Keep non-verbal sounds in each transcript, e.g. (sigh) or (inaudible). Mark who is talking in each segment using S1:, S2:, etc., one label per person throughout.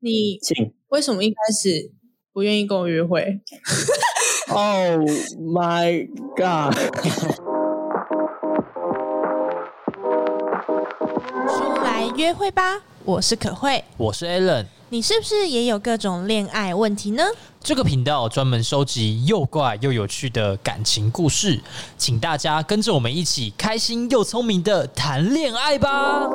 S1: 你
S2: 请。
S1: 为什么一开始不愿意跟我约会？
S2: Oh my god！
S3: 出来约会吧！我是可慧，
S4: 我是 Alan。
S3: 你是不是也有各种恋爱问题呢？
S4: 这个频道专门收集又怪又有趣的感情故事，请大家跟着我们一起开心又聪明的谈恋爱吧！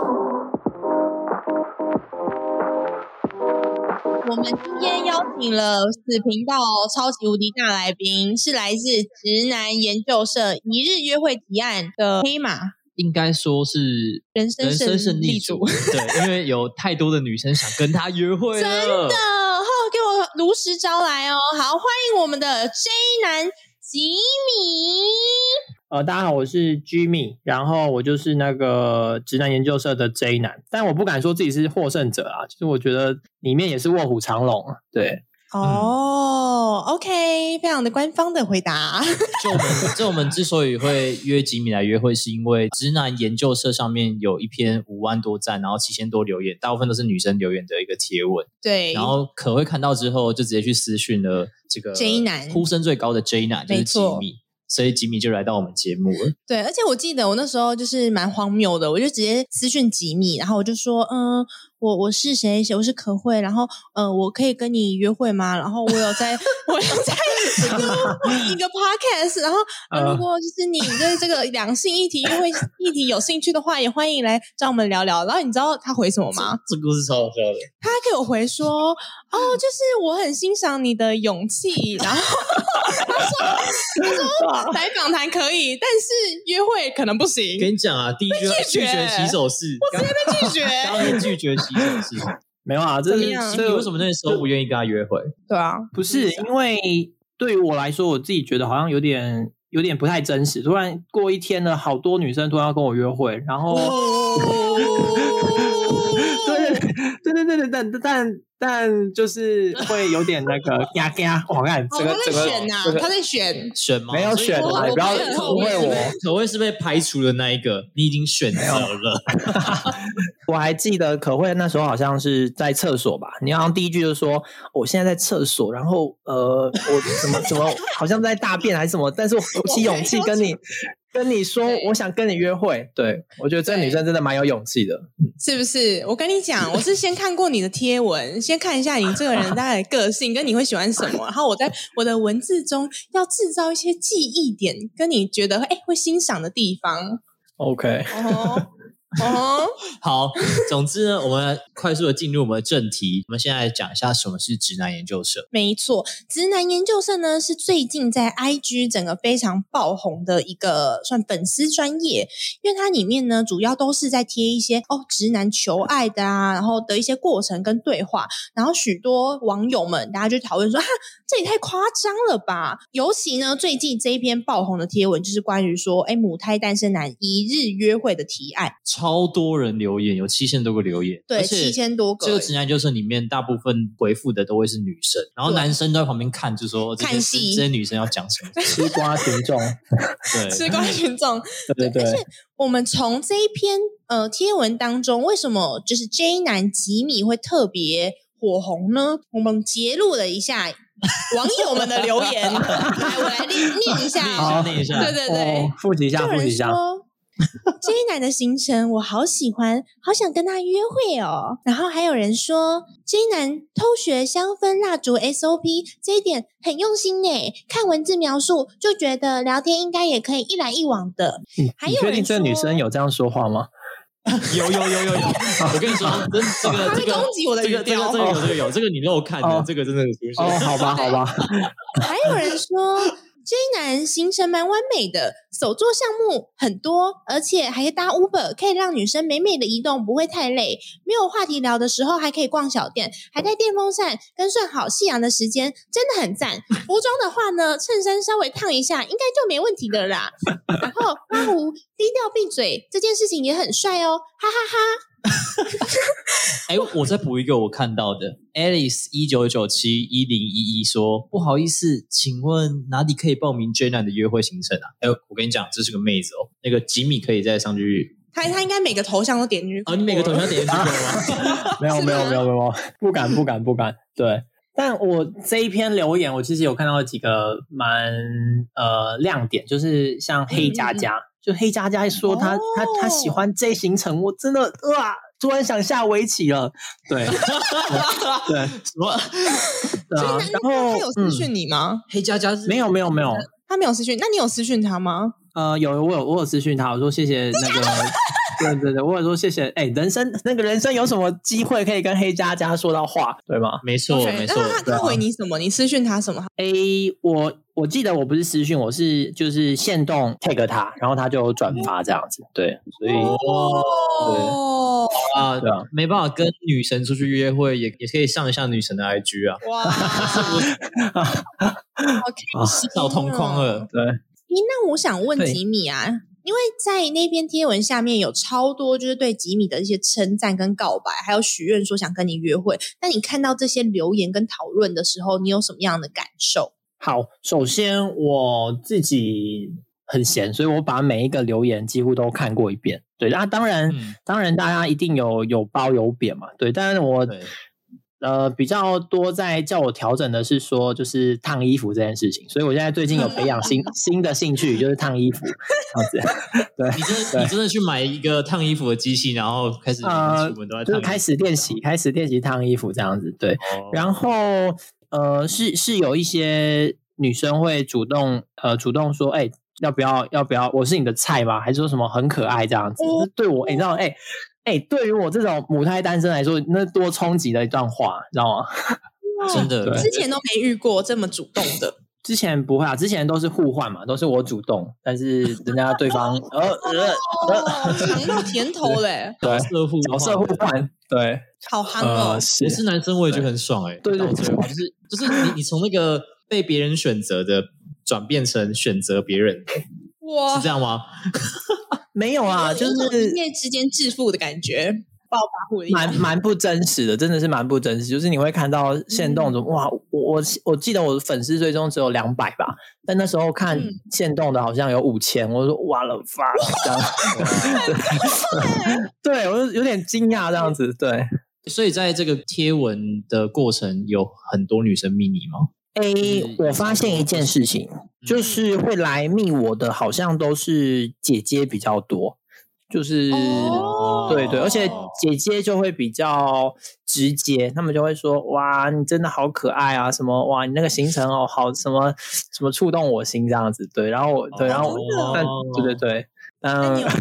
S1: 我们今天邀请了此频道超级无敌大来宾，是来自直男研究社一日约会提案的黑马
S5: 应该说是
S1: 人生
S5: 人生胜
S1: 利
S5: 利组，对，因为有太多的女生想跟他约会
S1: 真
S5: 了
S1: 的，。哦，给我如实招来哦！好，欢迎我们的 J 男吉米。
S2: 呃，大家好，我是 Jimmy，然后我就是那个直男研究社的 J 男，但我不敢说自己是获胜者啊，就是我觉得里面也是卧虎藏龙啊。对，
S5: 嗯
S1: 哦、o k 非常的官方的回答。 (laughs)
S5: 就我们，就我们之所以会约吉米来约会，是因为直男研究社上面有一篇五万多赞，然后七千多留言，大部分都是女生留言的一个贴文。
S1: 对，
S5: 然后可会看到之后，就直接去私讯了这个
S1: J 男
S5: 呼声最高的 J 男，就是
S1: 没
S5: 吉
S1: 错
S5: 米。所以吉米就来到我们节目了。
S1: 对，而且我记得我那时候就是蛮荒谬的，我就直接私讯吉米，然后我就说，嗯，我我是谁谁，我是可慧，然后嗯，我可以跟你约会吗？然后我有
S5: (laughs)
S1: 在，我有在录一个 podcast，然后、呃、
S2: 呃
S5: 嗯
S1: 如果就是你对这个两性议题、约会议题有兴趣的话，也欢迎来找我们聊聊。然后你知道他回什么吗？
S5: 这故事超好笑的。
S1: 他给我回
S2: 嗯
S1: 说，哦，就是我很欣赏你的勇
S2: (laughs)
S1: 气，然后他说，他说来访谈可以，但是约会可能不行。
S5: 跟你讲啊，第一句
S1: 拒绝
S5: 绝洗手式，我直接
S1: 拒绝，
S2: (laughs)
S5: 刚刚拒绝洗手式。
S2: 没有啊，这
S1: 怎么
S2: 是
S1: 样
S5: 你
S2: 这
S5: 为什么 (laughs) 那时候不愿意跟他约会？
S1: 对
S2: (laughs)
S1: 啊，
S2: 不是因为对于我来说，我自己觉得好像有点有点不太真实。突然过一天了，好多女生突然要跟我约会，然后、
S1: 哦
S2: 对 (laughs) 对对对对，但但但就是会有点那个 (laughs) 嘎嘎，我看
S1: 哦，
S2: 整个
S1: 他
S2: 整
S1: 在
S2: 个
S1: 选呐、
S2: 这个
S1: 他在选，
S5: 选吗？
S2: 没有
S5: 所以
S2: 选
S1: 啊
S5: 我
S1: 你不要误会我
S5: 可谓是被排除的那一个，你已经选择了。
S2: 我还记得可慧那时候好像是在厕所吧，你好像第一句就说我现在在厕所，然后呃，我怎么怎么好像在大便还是什么，但是我鼓起勇气跟你跟你说
S1: 对，
S2: 我想跟你约会。对，我觉得这
S1: 对
S2: 女生真的蛮有勇气的。
S1: 是不是？我跟你
S2: (laughs)
S1: 讲，我是先看过你的贴文，先看一下你这个人大概的个性，跟你会喜欢什
S2: (laughs)
S1: 么，然后我在我的文字中要制造一些记忆点，跟你觉得哎、会欣赏的地方。
S2: OK，
S1: 哦吼哦
S5: 好，总之呢，我们快速的进入我们的正题。我们现在讲一下什么是直男研究社。
S1: 没错，直男研究社呢是最近在 IG 整个非常爆红的一个算粉丝专业，因为它里面呢主要都是在贴一些哦直男求爱的啊，然后的一些过程跟对话，然后许多网友们大家就讨论说啊，这也太夸张了吧！尤其呢最近这一篇爆红的贴文就是关于说，哎母胎单身男一日约会的提案，
S5: 超多人留言，有七千多个留言，
S1: 对，
S5: 而且
S1: 七千多个
S5: 这个直男研究社里面，大部分回复的都会是女生，然后
S1: 对
S5: 男生都在旁边看，就说哦这些
S1: 看戏
S5: 这些女生要讲什么？
S1: (laughs)
S2: 吃瓜群众，
S5: 对，
S1: 吃瓜群众。
S2: 对对对，
S1: 我们从这一篇呃贴文当中，为什么就是 J 男吉米会特别火红呢？我们截录了一下网友们的留
S2: (laughs)
S1: 言，来，我来念念一下哦。
S5: 念一下，念一下
S1: 对。对对，
S2: 哦复习一
S1: 就
S2: 下，
S1: 有
S2: 复习
S1: 人
S2: 一下。
S1: 说 J 男的行程我好喜欢，好想跟他约会哦。然后还有人说 J 男偷学香氛蜡烛 SOP 这一点很用心呢，看文字描述就觉得聊天应该也可以一来一往的。
S2: 你
S1: 还
S2: 嗯你
S1: 有
S2: 确
S1: 人
S2: 定这
S1: 说
S2: 女生有这样说话吗？
S5: 有有有有有，我跟你
S1: (laughs)
S5: 说，这这个
S1: 他
S5: 这
S1: 会
S5: 个
S1: 攻击我的
S5: 这
S1: 语
S5: 个这个
S1: 调
S5: 这。个有这个有这个你漏看
S2: 哦
S5: 的，这个真的有出现
S2: 哦，好 (laughs) 吧，好吧，
S1: 还有人说 J 男行程蛮完美的，手作项目很多，而且还可以搭 Uber，可以让女生美美的移动，不会太累。没有话题聊的时候，还可以逛小店，还带电风扇，跟算好夕阳的时间，真的很赞。服装的话呢，衬衫稍微烫一下，应该就没问题的啦。然后花狐低调闭嘴这件事情也很帅哦，哈哈哈
S5: 哎，我再补一个我看到的，Alice 一九九七一零一一说，不好意思，请问哪里可以报名 Jenna 的约会行程啊？哎，我跟你讲，这是个妹子哦，那个吉米可以再上去
S1: 他他应该每个头像都点进去看过
S5: 哦，
S1: 了。
S5: 你每个头像点进去过吗？
S2: (laughs) 没有
S1: 是
S2: 没有
S1: 吗
S2: 没有没有，不敢不敢不敢。对，但我这一篇留言，我其实有看到几个蛮呃亮点，就是像黑
S1: 嗯
S2: 佳佳，就黑佳佳说她、
S1: 哦
S2: 她她喜欢 J 行程，我真的哇，突然想下围棋了。
S1: (laughs)
S2: 对对
S5: 什么？
S2: 对
S1: 所以，那
S2: 啊然
S1: 那
S2: 后
S1: 他有私
S2: 嗯，
S1: 讯你吗？
S5: 黑佳佳是
S2: 没有没有没有，
S1: 他没有私讯，那你有私讯他吗？
S2: 呃，有我有我有私讯他，我说谢谢那
S1: (laughs)
S2: 个，对对对，我有说谢谢。哎、人生那个人生有什么机会可以跟黑佳佳说到话，对吗？
S5: 没错没错，
S1: 哦
S5: 啊
S1: 那他他回你什么？你私讯他什么？
S2: 诶，我我记得我不是私讯，我是就是限动 tag 他，然后他就转发这样子。对，啊所以、
S5: (laughs)
S1: 哦，
S5: 啊
S2: 对啊，
S5: 没办法跟女神出去约会，也也可以上一下女神的 IG 啊，
S1: 哇，好开心
S5: (laughs)
S1: 哦
S5: 少啊同框了。
S2: 对，
S1: 咦，那我想问
S2: 对
S1: 吉米啊，因为在那篇贴文下面有超多就是对吉米的一些称赞跟告白，还有许愿说想跟你约会。那你看到这些留言跟讨论的时候，你有什么样的感受？
S2: 好，首先我自己很闲，所以我把每一个留言几乎都看过一遍。对，那、当然，
S5: 嗯
S2: 当然大家一定有有褒有贬嘛。对，但是
S1: (laughs)
S2: 我
S5: 对，
S2: 呃比较多在叫我调整的是说，就是烫衣服这件事情。所以我现在最近有培养 (laughs) 新新的兴趣，就是烫衣服这样子。对，
S5: 你真的你真的去买一个烫衣服的机器，然后开始每
S2: 呃
S5: 天出
S2: (laughs)
S5: 门都在
S2: 就
S5: 烫
S2: 是
S5: 衣
S2: 开始
S5: 服，
S2: 练习，开始练习烫衣服这样子，对。
S5: 哦，
S2: 然后呃，是是有一些女生会主动呃主动说，哎、要不要要不要？我是你的菜吗？还是说什么很可爱这样子？
S1: 哦
S2: 这对我，哎、你知道，哎、哎、对于我这种母胎单身来说，那多冲击的一段话，你知道吗？ (laughs)
S5: 真的
S2: 对
S1: 之前都没遇过这么主动的，
S5: (laughs)
S2: 之前不会啊，之前都是互换嘛，都是我主动，但是人家对方 (laughs) 呃呃
S1: 哦，尝到甜头嘞，
S2: 对
S5: 色互
S2: 角色互换，对，
S1: 好憨哦
S2: 呃！是
S5: 我是男生，我也觉得很爽哎、欸。
S2: 对对
S5: 到最后就是就是你你从那个被别人选择的转变成选择别人，
S1: 哇，
S5: 是这样吗？
S2: 没有啊，就
S1: 有
S2: 是
S1: 种一夜之间致富的感觉，暴发户的意思
S2: 蛮蛮不真实的，真的是蛮不真实。就是你会看到线动中，哇，我我我记得我粉丝最终只有两百吧，但那时候看
S1: 嗯
S2: 线动的好像有五千，我就说哇了发，这样 (laughs) 对，我就有点惊讶这样子。对，
S5: 所以在这个贴文的过程，有很多女生迷你吗？
S2: 诶，我发现一件事情，就是会来密我的，好像都是姐姐比较多，就是。
S1: 哦
S2: 对对，而且姐姐就会比较直接，她们就会说：“哇，你真的好可爱啊！什么哇，你那个行程哦，好什么什么触动我心这样子。”对，然后我对，然后我
S5: 哦
S2: 但对对对，但
S1: 那你有
S2: 哦，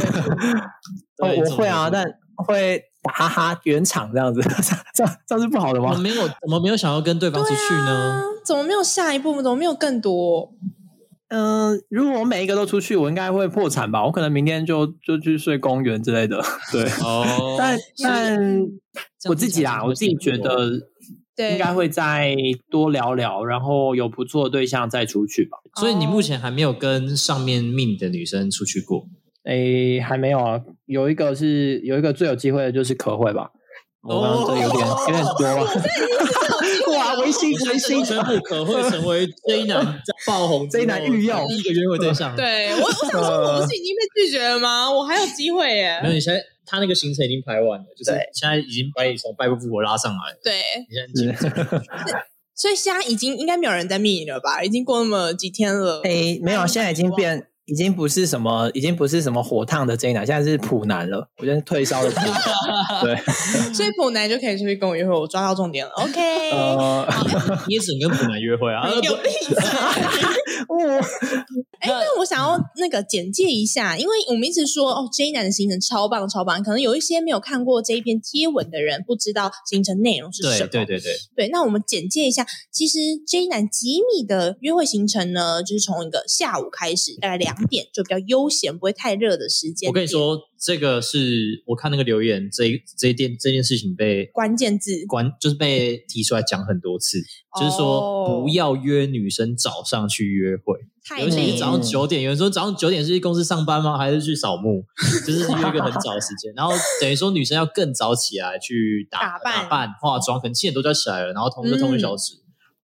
S5: 对
S2: 我
S5: 怎么
S2: 会啊，
S5: 会
S2: 但会打哈哈圆场这样子， (laughs) 这样这样是不好的
S5: 我
S2: 吗？
S5: 没有，怎么没有想要跟对方出去呢？
S1: 啊怎么没有下一步？怎么没有更多？
S2: (laughs) 嗯、如果我每一个都出去，我应该会破产吧？我可能明天就就去睡公园之类的。对，啊 (laughs)
S5: 哦
S2: 但但
S5: 这样
S2: 我自己
S5: 听起来
S2: 啦，
S5: 就
S2: 我自己觉得。
S1: 对，
S2: 应该会再多聊聊，然后有不错的对象再出去吧。
S5: 所以你目前还没有跟上面命的女生出去
S2: (laughs)
S5: 过。
S2: 诶，还没有啊，有一个是有一个最有机会的就是可会吧。我刚刚这有点有点多了，哇，微信微信，
S5: 全部可会
S2: (laughs)
S5: 成为 J 男爆红之后
S2: J 男御用
S5: 第一个约会对象。，
S1: 对啊我，我想说，我不是已经被拒绝了
S2: (laughs)
S1: 吗？我还有机会
S5: 没有，
S1: 耶！
S5: 你现在他那个行程已经排完了，就是
S2: 对
S5: 现在已经把你从拜不复活拉上来了。
S1: 对，
S5: 你现在进
S1: 所以现在已经应该没有人在密你了吧？已经过那么几天了。
S2: 诶，没有，现在已经变。已经不是什么，已经不是什么火烫的 J 男，现在是普男了。我现在退烧的普男，对，
S1: 所以普男就可以出去跟我约会，我抓到重点了。OK，
S2: (laughs) 呃，
S5: 你也只能跟普男约会啊。
S1: 有病！
S5: (laughs)
S2: 我
S1: 哎，那我想要那个简介一下，因为我们一直说哦，J 男的行程超棒超棒，可能有一些没有看过这一篇贴文的人不知道行程内容是什
S5: 对
S1: 么。
S5: 对对对，
S1: 对，那我们简介一下，其实 J 男吉米的约会行程呢，就是从一个下午开始，大概两点，就比较悠闲，不会太热的时间。
S5: 我跟你，说，这个是我看那个留言，这一这一件这件事情被
S1: 关键字
S5: 关，就是被提出来讲很多次，就是说
S1: 哦
S5: 不要约女生早上去约会，
S1: 太
S5: 尤其
S1: 累
S5: 是
S1: 了
S5: 早上九点。有人说早上九点是去公司上班吗？还是去扫
S1: (laughs)
S5: 墓？就是约一个很早的时间，然后等于说女生要更早起来去打
S1: 打扮
S5: 化妆，可能七点多就要起来了，然后通个通个
S1: 嗯
S5: 小时。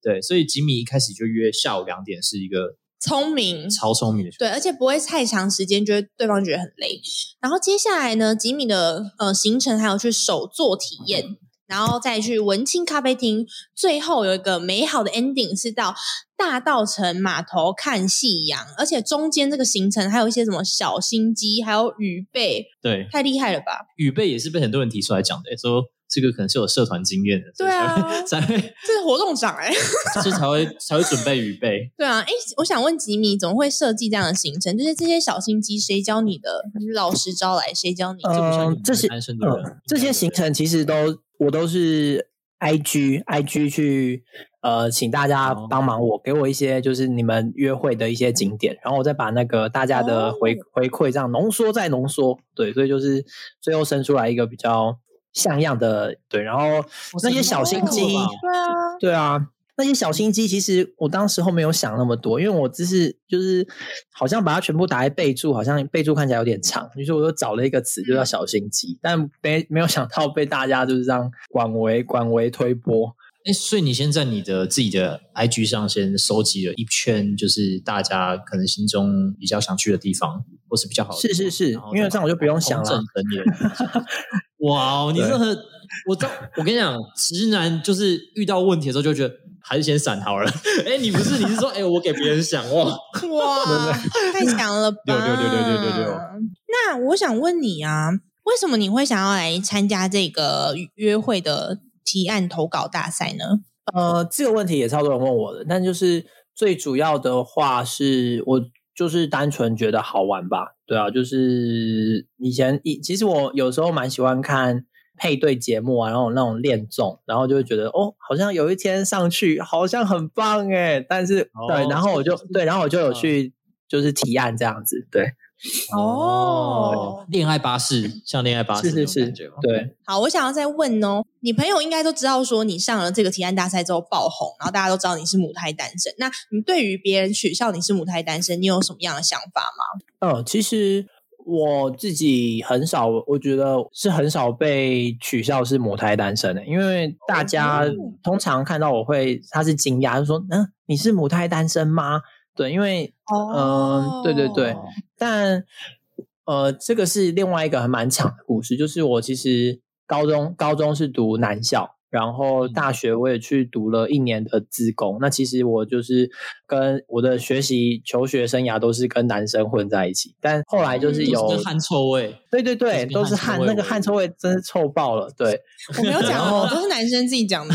S5: 对，所以吉米一开始就约下午两点是一个
S1: 聪明，
S5: 超聪明的学生。
S1: 对，而且不会太长时间，觉得对方觉得很累。然后接下来呢，吉米的呃行程还有去手作体验，然后再去文青咖啡厅，最后有一个美好的 ending 是到大道城码头看夕阳，而且中间这个行程还有一些什么小心机，还有鱼贝，
S5: 对，
S1: 太厉害了吧？
S5: 语备也是被很多人提出来讲的，诶说这个可能是有社团经验的，所以
S1: 对啊
S5: 才会
S1: (laughs)
S5: (laughs)
S1: 这是活动长哎、
S5: 才会这才会才会准备语备。
S1: 对啊，哎，我想问吉米，怎么会设计这样的行程？就是这些小心机，谁教你的？老师招来，谁教你的？
S5: 这不像
S2: 嗯
S5: 你们，
S2: 这些
S5: 单身的人
S2: 嗯，这些行程其实都我都是 I G I G 去呃，请大家
S5: 哦
S2: 帮忙我，给我一些就是你们约会的一些景点，然后我再把那个大家的回、
S5: 哦
S2: 回馈这样浓缩再浓缩，对，所以就是最后生出来一个比较像样的，对，然后那些小心机，
S5: 哦
S1: 对啊，
S2: 对啊，那些小心机，其实我当时候没有想那么多，因为我只是就是好像把它全部打在备注，好像备注看起来有点长，于是我就找了一个词，就叫
S5: 嗯
S2: 小心机，但没没有想到被大家就是这样广为广为推波。
S5: 哎，所以你先在你的自己的 IG 上先收集了一圈，就是大家可能心中比较想去的地方，或是比较好的地方。
S2: 是是是
S5: 然后
S2: 因为
S5: 再
S2: 这样我就不用想了
S5: 统整整理了。 (laughs) 哇哦，你
S2: 对
S5: 真的很，我都我跟你讲，直男就是遇到问题的时候就觉得还是先闪好了。哎，你不是你是说，哎，我给别人想
S2: (laughs)
S5: 哇？
S1: 哇，太强了吧！
S5: 六六六六六六六。
S1: 那我想问你啊，为什么你会想要来参加这个约会的提案投稿大赛呢？
S2: 呃，这个问题也超多人问我的，但就是最主要的话是我。就是单纯觉得好玩吧，对啊，就是以前以其实我有时候蛮喜欢看配对节目啊，然后那种恋综，然后就会觉得哦，好像有一天上去好像很棒诶，但是、
S5: 哦
S2: 对，然后我就
S5: 这个是
S2: 对，然后我就有
S5: 嗯
S2: 去就是提案这样子，对，
S1: 哦，
S5: 恋爱巴士，像恋爱巴
S2: 是
S5: 士
S2: 是
S5: 那种
S2: 是
S5: 感觉吗，
S2: 对，
S1: 好，我想要再问哦，你朋友应该都知道说你上了这个提案大赛之后爆红，然后大家都知道你是母胎单身。那你对于别人取笑你是母胎单身，你有什么样的想法吗？
S2: 嗯，其实我自己很少，我觉得是很少被取笑是母胎单身的，因为大家通常看到我会，他是惊讶，就说：“嗯，你是母胎单身吗？”对，因为嗯对对对
S1: 哦
S2: 但呃，这个是另外一个还蛮长的故事，就是我其实高中高中是读男校，然
S5: 嗯
S2: 后大学我也去读了一年的资工。那其实我就是跟我的学习求学生涯都是跟男生混在一起，但后来就
S5: 哦都
S2: 是
S5: 是
S2: 有、
S5: 跟汗臭味。
S2: 对对
S5: 就是
S2: 对，
S5: 跟
S2: 都是
S5: 汗
S2: 汗，
S5: 臭味
S2: 那个
S5: 为
S2: 汗臭
S5: 伍
S2: 味真是臭爆了，对。
S1: 我没有讲
S2: 然
S1: 哦
S2: 后，
S1: 都是男生自己
S2: (laughs)
S1: 讲的。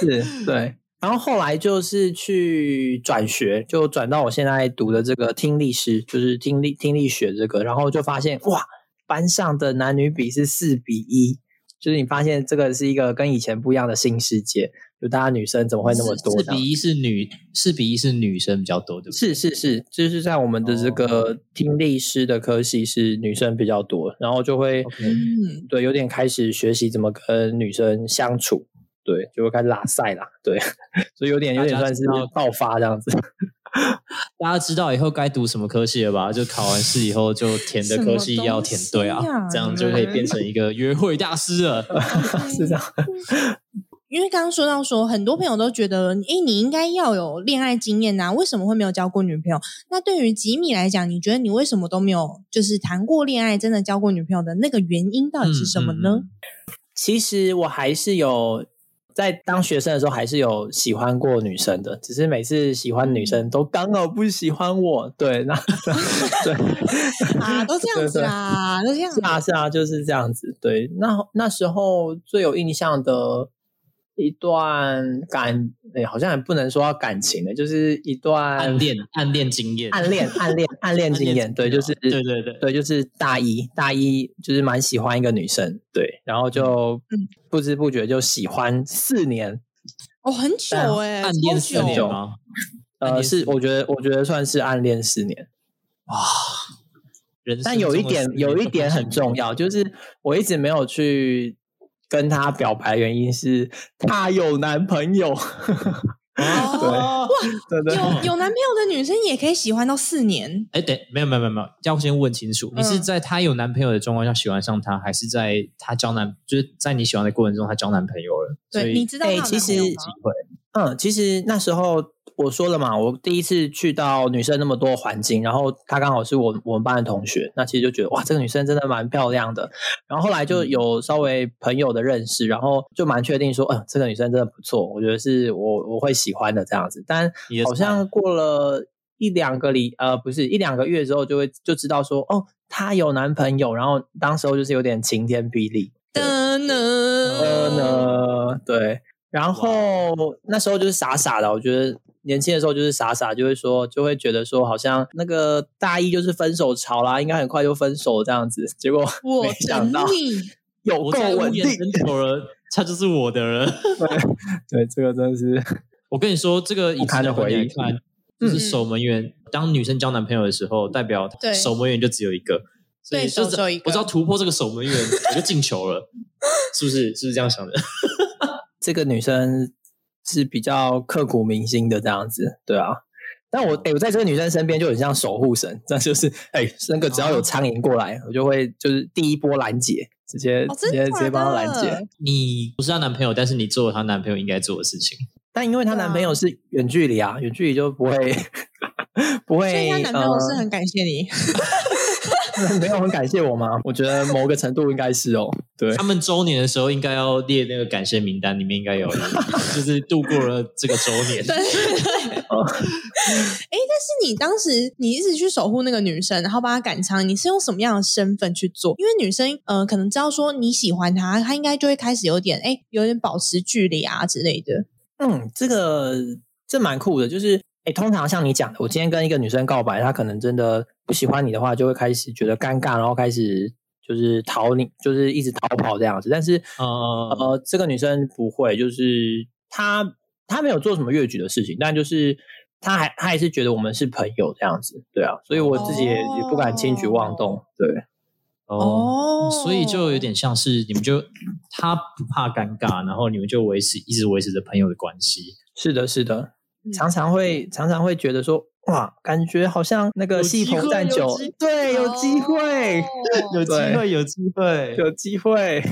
S2: 是，对。然后后来就是去转学，就转到我现在读的这个听力师，就是听力听力学这个，然后就发现哇，班上的男女比是四比一，就是你发现这个是一个跟以前不一样的新世界，就大家女生怎么会那么多
S5: 四
S2: 这样？
S5: 比一是女，四比一是女生比较多，对不
S2: 是
S5: 对？
S2: 是是，就是在我们的这个听力师的科系是女生比较多，然后就会
S5: OK
S1: 嗯，
S2: 对有点开始学习怎么跟女生相处，对，就会开始拉塞啦，对， (laughs) 所以有点有点
S5: 大家
S2: 算
S5: 知
S2: 是
S5: 道
S2: 爆发这样子。 (laughs)
S5: 大家知道以后该读什么科系了吧？就考完试以后就填的科系要填对啊
S1: 什么东西啊，
S5: 这样就可以变成一个约会大师了。
S2: 是这样。
S1: 因为刚刚说到说，很多朋友都觉得，哎，你应该要有恋爱经验呐、为什么会没有交过女朋友？那对于吉米来讲，你觉得你为什么都没有就是谈过恋爱，真的交过女朋友的那个原因到底是什么呢？
S5: 嗯？嗯嗯
S2: 其实我还是有在当学生的时候，还是有喜欢过女生的，只是每次喜欢女生都刚好不喜欢我。对，那对，嗯
S1: 啊，都这样子啦， (laughs) 都这样
S2: 是
S1: 子。
S2: 啊，是啊，就是这样子。对，那那时候最有印象的一段感，诶好像也不能说到感情的，就是一段
S5: 暗恋暗恋经验，
S2: 暗恋、暗恋、暗恋经验。对，就是
S5: 对对对，
S2: 对，就是大一，大一就是蛮喜欢一个女生，对，然后就
S1: 嗯
S2: 不知不觉就喜欢四年，
S1: 哦，很久哎、
S5: 暗恋
S1: 超
S5: 四
S1: 久
S5: 年
S2: 啊
S5: 吗？
S2: 呃，
S5: 暗恋
S2: 是
S5: 四
S2: 我觉得我觉得算是暗恋四年，
S5: 人生
S2: 但有一点
S5: 中的四年
S2: 有一点很重要，就是我一直没有去跟她表白，原因是她有男朋友， (laughs)
S1: 哦，
S2: (laughs) 对对
S1: 有有男朋友的女生也可以喜欢到四年，
S5: 哎，等没有没有没有没有，要先问清楚，你是
S1: 嗯
S5: 在她有男朋友的状况下喜欢上他，还是在她交男，就是在你喜欢的过程中她交男朋友了？所
S1: 对，
S5: 以
S1: 你知道她
S2: 哎
S1: 有
S2: 其
S1: 男朋友
S2: 实
S1: 吗？
S5: 机会
S2: 嗯，其实那时候我说了嘛，我第一次去到女生那么多环境，然后她刚好是我我们班的同学，那其实就觉得哇，这个女生真的蛮漂亮的。然后后来就有稍微朋友的认识，然后就蛮确定说，嗯、这个女生真的不错，我觉得是我我会喜欢的这样子。但
S5: 你的
S2: 好像过了一两个礼，呃，不是一两个月之后，就会就知道说，哦，她有男朋友，然后当时候就是有点晴天霹雳。
S1: 的
S2: 呃
S1: 呢，
S2: 呢，对，然后那时候就是傻傻的，我觉得年轻的时候就是傻傻，就会说，就会觉得说，好像那个大一就是分手潮啦，应该很快就分手这样子，
S1: (laughs)
S2: 结果
S1: 我
S2: 没想到
S1: 等你。
S2: 有
S5: 我
S2: 够
S5: 在
S2: 稳
S5: 屋
S2: 定
S5: 檐，很久了，他就是我的人。
S2: 对，这个真的是
S5: 我跟你说，这个以
S2: 不堪
S5: 前
S2: 的
S5: 的
S2: 回忆嗯
S5: 回看，就是守门员。当女生交男朋友的时候，代表
S1: 嗯对
S5: 守门员就只有一个，所以
S1: 对
S5: 就
S1: 手
S5: 是
S1: 只有一个
S5: 我只要突破这个守门员，我就进
S1: (laughs)
S5: 球了，是不是？是不是这样想的？ (laughs)
S2: 这个女生是比较刻骨铭心的这样子，对啊。但我、诶我在这个女生身边就很像守护神，这就是哎、那个只要
S1: 啊
S2: 有苍蝇过来，我就会就是第一波拦截，直接、
S1: 哦
S2: (laughs) 直
S1: 真
S2: 接
S1: 的
S2: 直接帮她
S1: 假
S2: 拦
S1: 的
S2: 截。
S5: 你不是她男朋友，但是你做了她男朋友应该做的事情。
S2: 但因为她
S1: 对啊
S2: 男朋友是远距离啊，远距离就不
S1: (laughs)
S2: 会不会。
S1: 所以她男朋友是
S2: 呃
S1: 很感谢你，
S2: (laughs) 没有很感谢我吗？我觉得某个程度应该是哦，对
S5: 他，们周年的时候应该要列那个感谢名单，里面应该有，
S2: (laughs)
S5: 就是度过了这个周
S1: (laughs)
S5: 年。
S1: 对。哎，但是你当时你一直去守护那个女生，然后帮她赶场，你是用什么样的身份去做？因为女生呃，可能知道说你喜欢她，她应该就会开始有点哎，有点保持距离啊之类的。
S2: 嗯，这个这蛮酷的，就是。哎，通常像你讲的，我今天跟一个女生告白，她可能真的不喜欢你的话，就会开始觉得尴尬，然后开始就是逃你，就是一直逃跑这样子。但是
S5: 呃，
S2: 呃，这个女生不会，就是她她没有做什么越矩的事情，但就是她还她还是觉得我们是朋友这样子，对啊，所以我自己也、也不敢轻举妄动，对，
S5: 哦，
S1: 哦，
S5: 所以就有点像是你们就他不怕尴尬，然后你们就维持一直维持着朋友的关系。
S2: 是的，是的，
S1: 嗯
S2: 常常会常常会觉得说，哇，感觉好像那个
S5: 有
S2: 戏
S5: 机
S2: 棚
S5: 会
S2: 战
S5: 有
S2: 酒
S5: 机，
S2: 对，有机会，
S1: 哦
S2: 有机会，
S5: 有机会
S2: 有机会，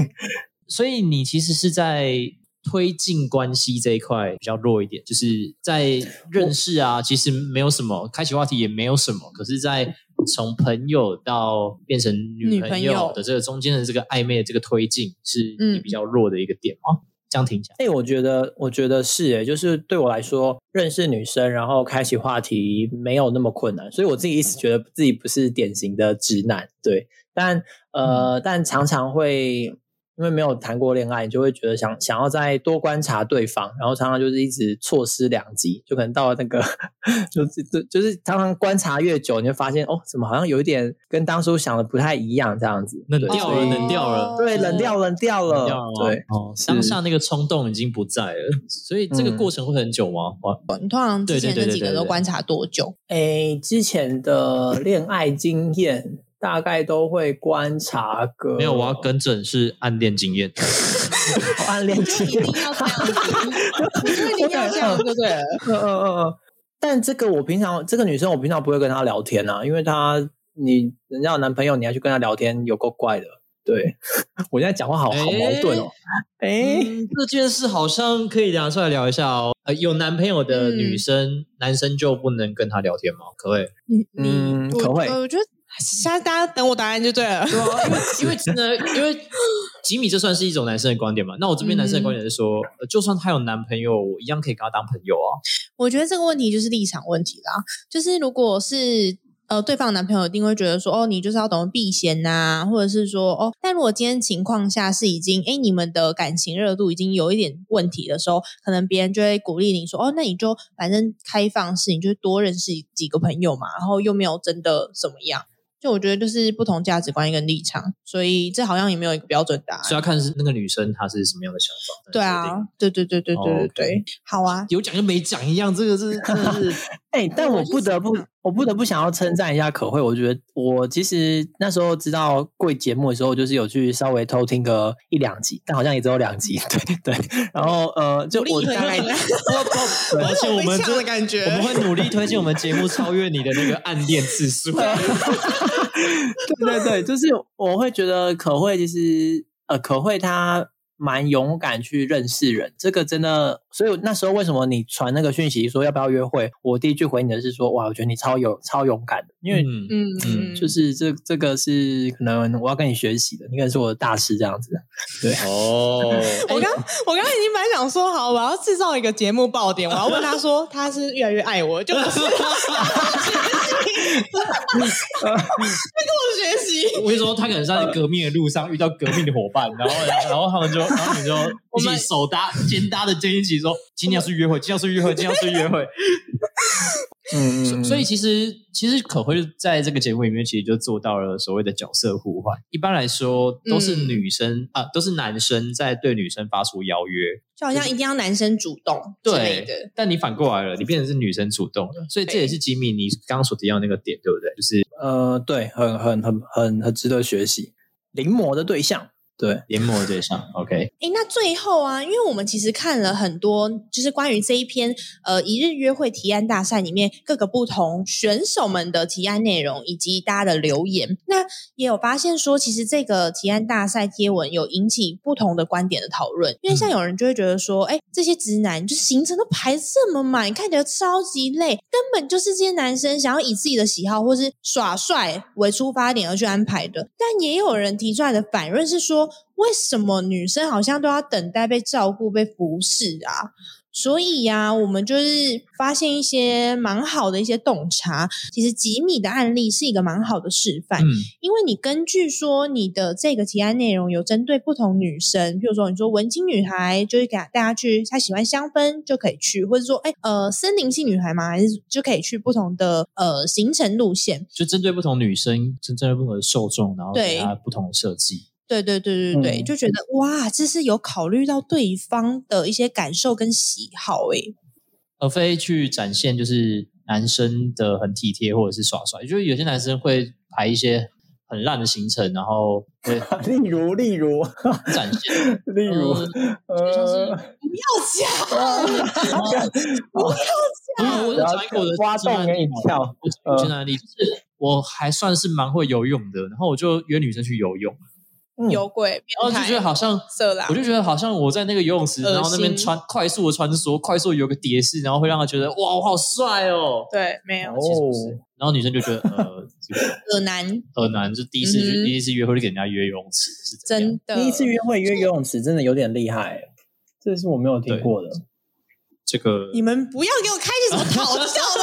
S5: 所以你其实是在推进关系这一块比较弱一点，就是在认识啊，其实没有什么开启话题，也没有什么，可是，在从朋友到变成女
S1: 女
S5: 朋
S1: 朋
S5: 友
S1: 友
S5: 的这个中间的这个暧昧的这个推进，是你
S1: 嗯
S5: 比较弱的一个点吗？这样听起来，
S2: 哎、我觉得，我觉得是哎，就是对我来说，认识女生，然后开启话题没有那么困难，所以我自己一直觉得自己不是典型的直男，对，但呃，
S5: 嗯
S2: 但常常会因为没有谈过恋爱，你就会觉得想想要再多观察对方，然后常常就是一直错失两极，就可能到了那个 (laughs) 就是就就是常常观察越久，你就发现哦，怎么好像有一点跟当初想的不太一样这样子，
S5: 冷
S2: 对
S5: 掉
S2: 所
S5: 了，
S2: 以
S5: 冷掉了。
S2: 对，冷掉冷掉了，
S5: 冷掉了吗
S2: 呃对。
S5: 哦，
S2: 是
S5: 当下那个冲动已经不在了，所以这个
S2: 嗯
S5: 过程会很久吗？哇，
S1: 你通常之前
S5: 对对对
S1: 那
S5: 对
S1: 几个
S5: 对
S1: 都
S5: 对
S1: 观察多久？ (laughs)
S2: 诶，之前的恋爱经验大概都会观察个
S5: 没有，我
S2: (laughs)
S5: 要更正是暗恋经验。
S2: 哦暗恋经
S1: 一定
S2: 验，
S1: 要这样子，你就一定要这样，
S5: (laughs)
S1: 对不对了？
S2: 嗯嗯嗯嗯。但这个我平常这个女生我平常不会跟她聊天啊，因为她你人家有男朋友，你还去跟她聊天，有够怪的。对 (laughs) 我现在讲话好好矛盾哦。诶，
S5: 嗯，这件事好像可以拿出来聊一下哦。呃，有男朋友的
S1: 嗯
S5: 女生，男生就不能跟她聊天吗？可不可以？
S1: 你
S2: 嗯
S1: 你我呃
S2: 可会
S1: 我觉得现在大家等我答案就对了。
S5: 对啊，
S1: (laughs)
S5: 因为因为真的，因为吉米这算是一种男生的观点嘛。那我这边男
S1: 嗯
S5: 生的观点是说，呃就算她有男朋友，我一样可以跟她当朋友啊。
S1: 我觉得这个问题就是立场问题啦，就是如果是。呃，对方的男朋友一定会觉得说，哦，你就是要懂得避嫌呐、或者是说，哦，但如果今天情况下是已经，哎，你们的感情热度已经有一点问题的时候，可能别人就会鼓励你说，哦，那你就反正开放式，你就多认识几个朋友嘛，然后又没有真的怎么样，就我觉得就是不同价值观跟立场，所以这好像也没有一个标准答案。
S5: 所以要看是那个女生她是什么样的想法。
S1: 对啊，，对对对对对
S2: 哦
S1: 对对，好啊，
S5: 有讲跟没讲一样，这个是真的是。
S1: (laughs)
S2: 哎、但我
S1: 我是
S2: 不得不
S1: 想，
S2: 我不得不想要称赞一下可慧。我觉得我其实那时候知道贵节目的时候，就是有去稍微偷听个一两集，但好像也只有两集。 (laughs) 对对，然后呃，就
S1: 鼓
S2: (laughs) 我
S1: 励
S2: 大概
S1: (laughs)
S2: 嗯
S1: 朋友
S5: 不不而且我们这
S1: 感觉
S5: 我们会努力推荐我们节目超越你的那个暗恋次数。
S1: 啊
S2: 对对对，就是我会觉得可慧其实呃，可慧她蛮勇敢去认识人，这个真的，所以那时候为什么你传那个讯息说要不要约会，我第一句回你的是说，哇，我觉得你超勇超勇敢的，因为
S5: 嗯，
S1: 嗯
S5: 嗯
S2: 就是这这个是可能我要跟你学习的，你可能是我的大师这样子。
S5: 哦，
S1: 我刚我刚刚已经蛮想说，好，我要制造一个节目爆点，我要问他说，他是越来越爱我，就不
S2: (laughs)
S1: 是他学习，
S5: 我跟你说，他可能是在革命的路上遇到革命的伙伴，然后 (laughs) 然后他们就，然后你就
S1: 我
S5: 一
S1: 们
S5: 起手搭肩搭着肩一起说，今天要去约会，今天要去约会，今天要去约会。
S2: 嗯
S5: 所所以其实其实可辉在这个节目里面，其实就做到了所谓的角色互换。一般来说，都是
S1: 嗯
S5: 女生、啊，都是男生在对女生发出邀约，
S1: 就好像一定要男生主动之类
S5: 对
S1: 的。。
S5: 但你反过来了，你变成是女生主动了，所以这也是吉米你刚刚所提到的那个点，对不对？就是
S2: 呃，对，很很很很很值得学习，临摹的对象。对，
S5: 研磨对象，OK，
S1: 哎，那最后啊，因为我们其实看了很多，就是关于这一篇呃一日约会提案大赛里面各个不同选手们的提案内容，以及大家的留言，那也有发现说，其实这个提案大赛贴文有引起不同的观点的讨论。因为像有人就会觉得说，哎、这些直男就是行程都排这么满，看起来超级累，根本就是这些男生想要以自己的喜好或是耍帅为出发点而去安排的。但也有人提出来的反论是说，为什么女生好像都要等待被照顾、被服侍啊？所以呀、我们就是发现一些蛮好的一些洞察。其实吉米的案例是一个蛮好的示范，
S5: 嗯，
S1: 因为你根据说你的这个提案内容有针对不同女生，譬如说你说文青女孩，就是给大家去，她喜欢香氛就可以去，或者说哎呃森林系女孩嘛，还是就可以去不同的呃行程路线。
S5: 就针对不同女生，针针对不同的受众，然后给
S1: 对
S5: 她不同的设计。
S1: 对对对对对，
S2: 嗯
S1: 就觉得哇，这是有考虑到对方的一些感受跟喜好欸诶、
S5: 而非去展现就是男生的很体贴或者是耍帅，就是有些男生会排一些很烂的行程，然后会
S2: (laughs) 例如，例如，
S5: 展现。
S2: 例如，
S5: 呃
S2: 呃，
S5: 嗯，我有讲一个我的
S2: 挖
S5: 直男
S2: 洞给你
S5: 例子
S2: 跳，
S5: 我讲一个直男例子就是我还算是蛮会游泳的，然后我就约女生去游泳，
S2: 嗯
S1: 有鬼
S5: 然
S1: 变
S5: 后就
S1: 态
S5: 觉得好像。
S1: 色狼
S5: 我，就觉得好像我在那个游泳池，
S1: 恶心
S5: 然后那边穿快速的穿梭，快速地有个蝶式，然后会让他觉得哇，我好帅哦。
S1: 对，没有
S5: 其实不
S2: 哦
S5: 是，然后女生就觉得 (laughs) 呃，这个
S1: 恶男，
S5: 很难，就第一次、
S1: 嗯哼
S5: 去，第一次约会就给人家约游泳池，是这样
S1: 真的
S2: 啊第一次约会约游泳池真的有点厉害，这是我没有听过的。
S5: 这个
S1: 你们不要给我开这种讨教的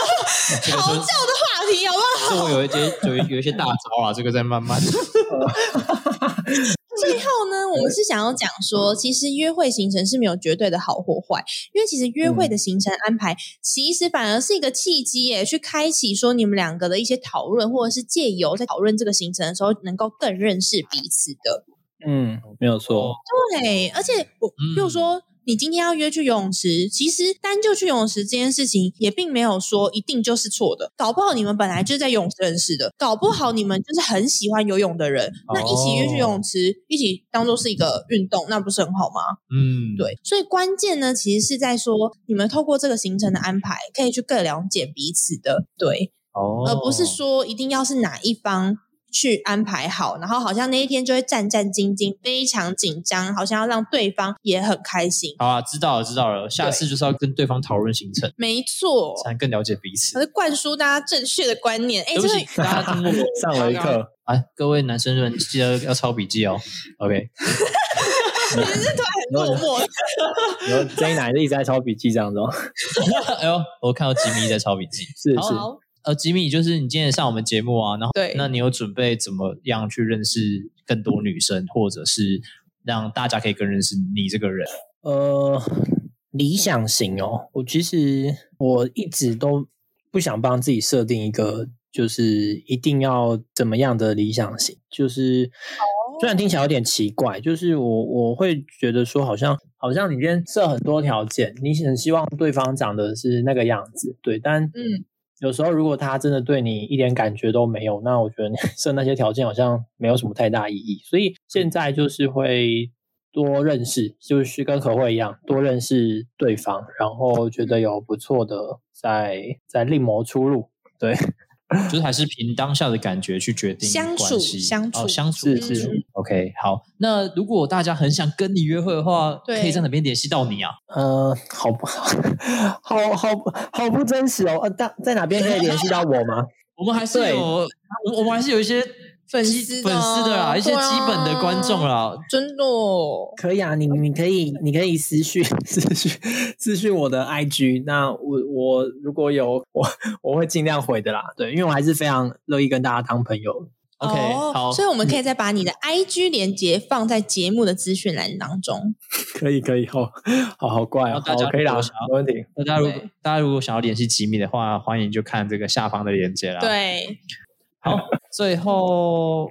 S5: 这个
S1: 讨教的
S5: 真
S1: 话题，好不好？
S5: 这我有一些有一有一些大招
S1: (laughs)
S5: 啊，这个在慢慢。
S1: 最后呢，我们是想要讲说，其实约会行程是没有绝对的好或坏，因为其实约会的行程安排，其实反而是一个契机耶，去开启说你们两个的一些讨论，或者是借由在讨论这个行程的时候，能够更认识彼此的。
S2: 嗯，没有
S5: 哦
S2: 错。
S1: 对，而且我，比
S5: 嗯
S1: 如说。你今天要约去游泳池，其实单就去游泳池这件事情也并没有说一定就是错的，搞不好你们本来就是在游泳池认识的，搞不好你们就是很喜欢游泳的人，那一起约去游泳池，一起当做是一个运动，那不是很好吗？
S5: 嗯，，
S1: 对，所以关键呢，其实是在说你们透过这个行程的安排，可以去更了解彼此的，对，
S5: 哦，
S1: 而不是说一定要是哪一方去安排好，然后好像那一天就会战战兢兢，非常紧张，好像要让对方也很开心。
S5: 好啊，知道了知道了，下次就是要跟对方讨论行程，
S1: 没错，
S5: 才能更了解彼
S1: 我
S5: 此。
S1: 在灌输大家正确的观念。哎，这
S5: 对不
S1: 个
S5: 起，大家听过
S2: (laughs)
S5: (laughs)
S2: 上了一课，
S5: 哎，各位男生们记得要抄笔记哦。OK， (laughs)
S1: 很落寞，
S2: 然后 J 奶一直在抄笔记这样子哦，
S5: 哎呦，我看到吉米在抄笔记。
S2: 是
S5: 好
S2: 是。
S1: 好，
S5: 呃，吉米，就是你今天上我们节目啊，然后
S1: 对
S5: 那你有准备怎么样去认识更多女生，或者是让大家可以更认识你这个人？ (laughs)
S2: 呃，理想型哦，我其实我一直都不想帮自己设定一个，就是一定要怎么样的理想型，就是虽然听起来有点奇怪，就是我我会觉得说，好像好像你今天设很多条件，你很希望对方长得是那个样子，对，但
S1: 嗯
S2: 有时候如果他真的对你一点感觉都没有，那我觉得你 (laughs) 设那些条件好像没有什么太大意义。所以现在就是会多认识，就是跟可慧一样多认识对方，然后觉得有不错的在在另谋出路。对， (laughs)
S5: 就是还是凭当下的感觉去决定
S3: 相处
S5: 关系
S3: 相处
S5: 哦、相处
S2: 是
S3: 是
S5: 嗯 OK 好。那如果大家很想跟你约会的话，
S3: 对
S5: 可以在哪边联系到你啊？
S2: 呃，好不 (laughs) 好？好好好不真实哦。呃，大在哪边可以联系到我吗？
S5: 我们还是
S2: 对
S5: 有，我我们还是有一些
S3: 粉
S5: 基
S3: 丝的
S5: 粉丝的啦，一些
S3: 对啊
S5: 基本的观众啦。
S3: 真的哦，
S2: 可以啊，你你可以你可以私讯私讯私讯我的 IG，那我我如果有我我会尽量回的啦，对，因为我还是非常乐意跟大家当朋友。
S5: OK，、
S3: 哦
S5: 好，嗯
S1: 所以我们可以再把你的 IG 连接放在节目的资讯栏当中。
S2: 可以可以，好，好好怪
S5: 然
S2: 哦
S5: 后，大
S2: 好
S5: 家
S2: 可以啦
S5: 如果想，要
S2: 没问题。
S5: 大家如果
S3: 对
S5: 大家如果想要联系吉米的话，欢迎就看这个下方的链接啦。，
S3: 对，
S5: 好，最后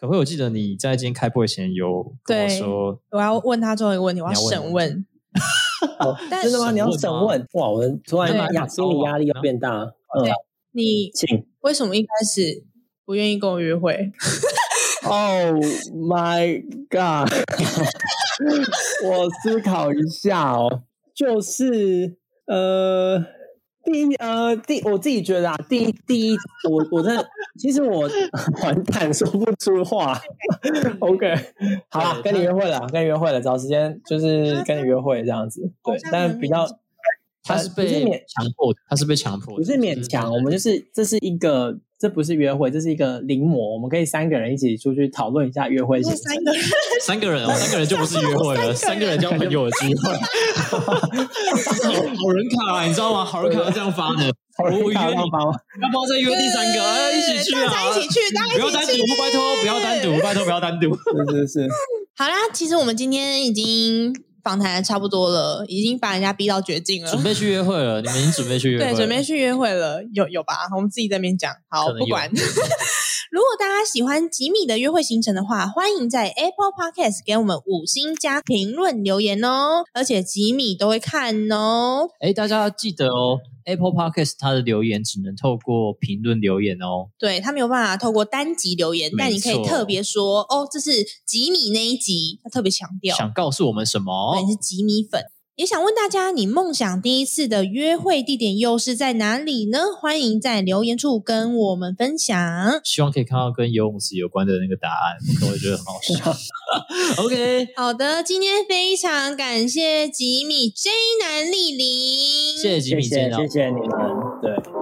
S5: 可会，我记得你在今天开播以前有跟我
S3: 对
S5: 说，
S1: 我要问他最后一个问题，我
S5: 要问
S1: 审
S5: (laughs)
S1: 问。
S2: 哦
S1: 但
S2: 真的吗？你要
S5: 审
S2: 审
S5: 问吗
S2: 问？哇，我们突然
S5: 对
S2: 把雅思你压力又变大了。嗯，
S1: 你
S2: 请。
S1: 为什么一开始不愿意跟我约会？
S2: Oh my
S1: (laughs)
S2: god！我思考一下哦，就是呃，第一呃第我自己觉得啊，第一第一，我我真的其实我完蛋说不出话。OK，好啦，跟你约会了，跟你约会了，找时间就是跟你约会这样子。对
S1: 好，像
S2: 但
S1: 能
S2: 比较
S1: 理解
S5: 他
S2: 呃
S5: 是
S2: 不
S5: 被
S2: 是勉
S5: 强迫的，他是被强迫的，
S1: 嗯
S2: 不是勉强，我们就是这是一个，这不是约会，这是一个临摹。我们可以三个人一起出去讨论一下约会行程。
S1: 三
S5: (laughs)
S1: 个人，(laughs)
S5: (laughs) 三个人哦，三个人就不是约会了，三个人交朋友的机会。 (laughs) 好人卡啊，你知道吗？好人卡是这样发的，
S2: 好
S5: 我
S2: 人
S5: 约
S2: 卡
S5: 你
S2: 要帮忙
S5: 要不要再约第三个？哎，一起去啊！
S1: 大家一起去，大家一起去，
S5: 不要单独，拜托，不要单独，拜托，不要单独。
S1: (laughs)
S2: 是是是，
S1: 好啦，其实我们今天已经访谈的差不多了，已经把人家逼到绝境了
S5: 准。备去约会了，你们已经准
S1: (laughs)
S5: 备去约会了，
S1: 对，准备去约会了，有有吧？ (laughs) 我们自己在那边讲，好
S5: 可能有
S1: 不管。 (laughs) 如果大家喜欢吉米的约会行程的话，欢迎在 Apple Podcast 给我们五星加评论留言哦，而且吉米都会看哦。
S5: 哎，大家记得哦，Apple Podcast 它的留言只能透过评论留言哦。
S1: 对他没有办法透过单集留言，但
S5: 没
S1: 你可以
S5: 错
S1: 特别说哦，这是吉米那一集，他特别强调，
S5: 想告诉我们什
S1: 对，你
S5: 么？
S1: 是吉米粉。也想问大家，你梦想第一次的约会地点又是在哪里呢？欢迎在留言处跟我们分享。
S5: 希望可以看到跟游泳池有关的那个答案，可能我觉得很好笑。OK，
S2: (laughs)
S5: (laughs)
S1: 好的，今天非常感谢吉米 J 男莅临，
S5: 谢谢吉
S2: 谢
S5: 米见
S2: 谢
S5: 到，
S2: 谢谢你们，对，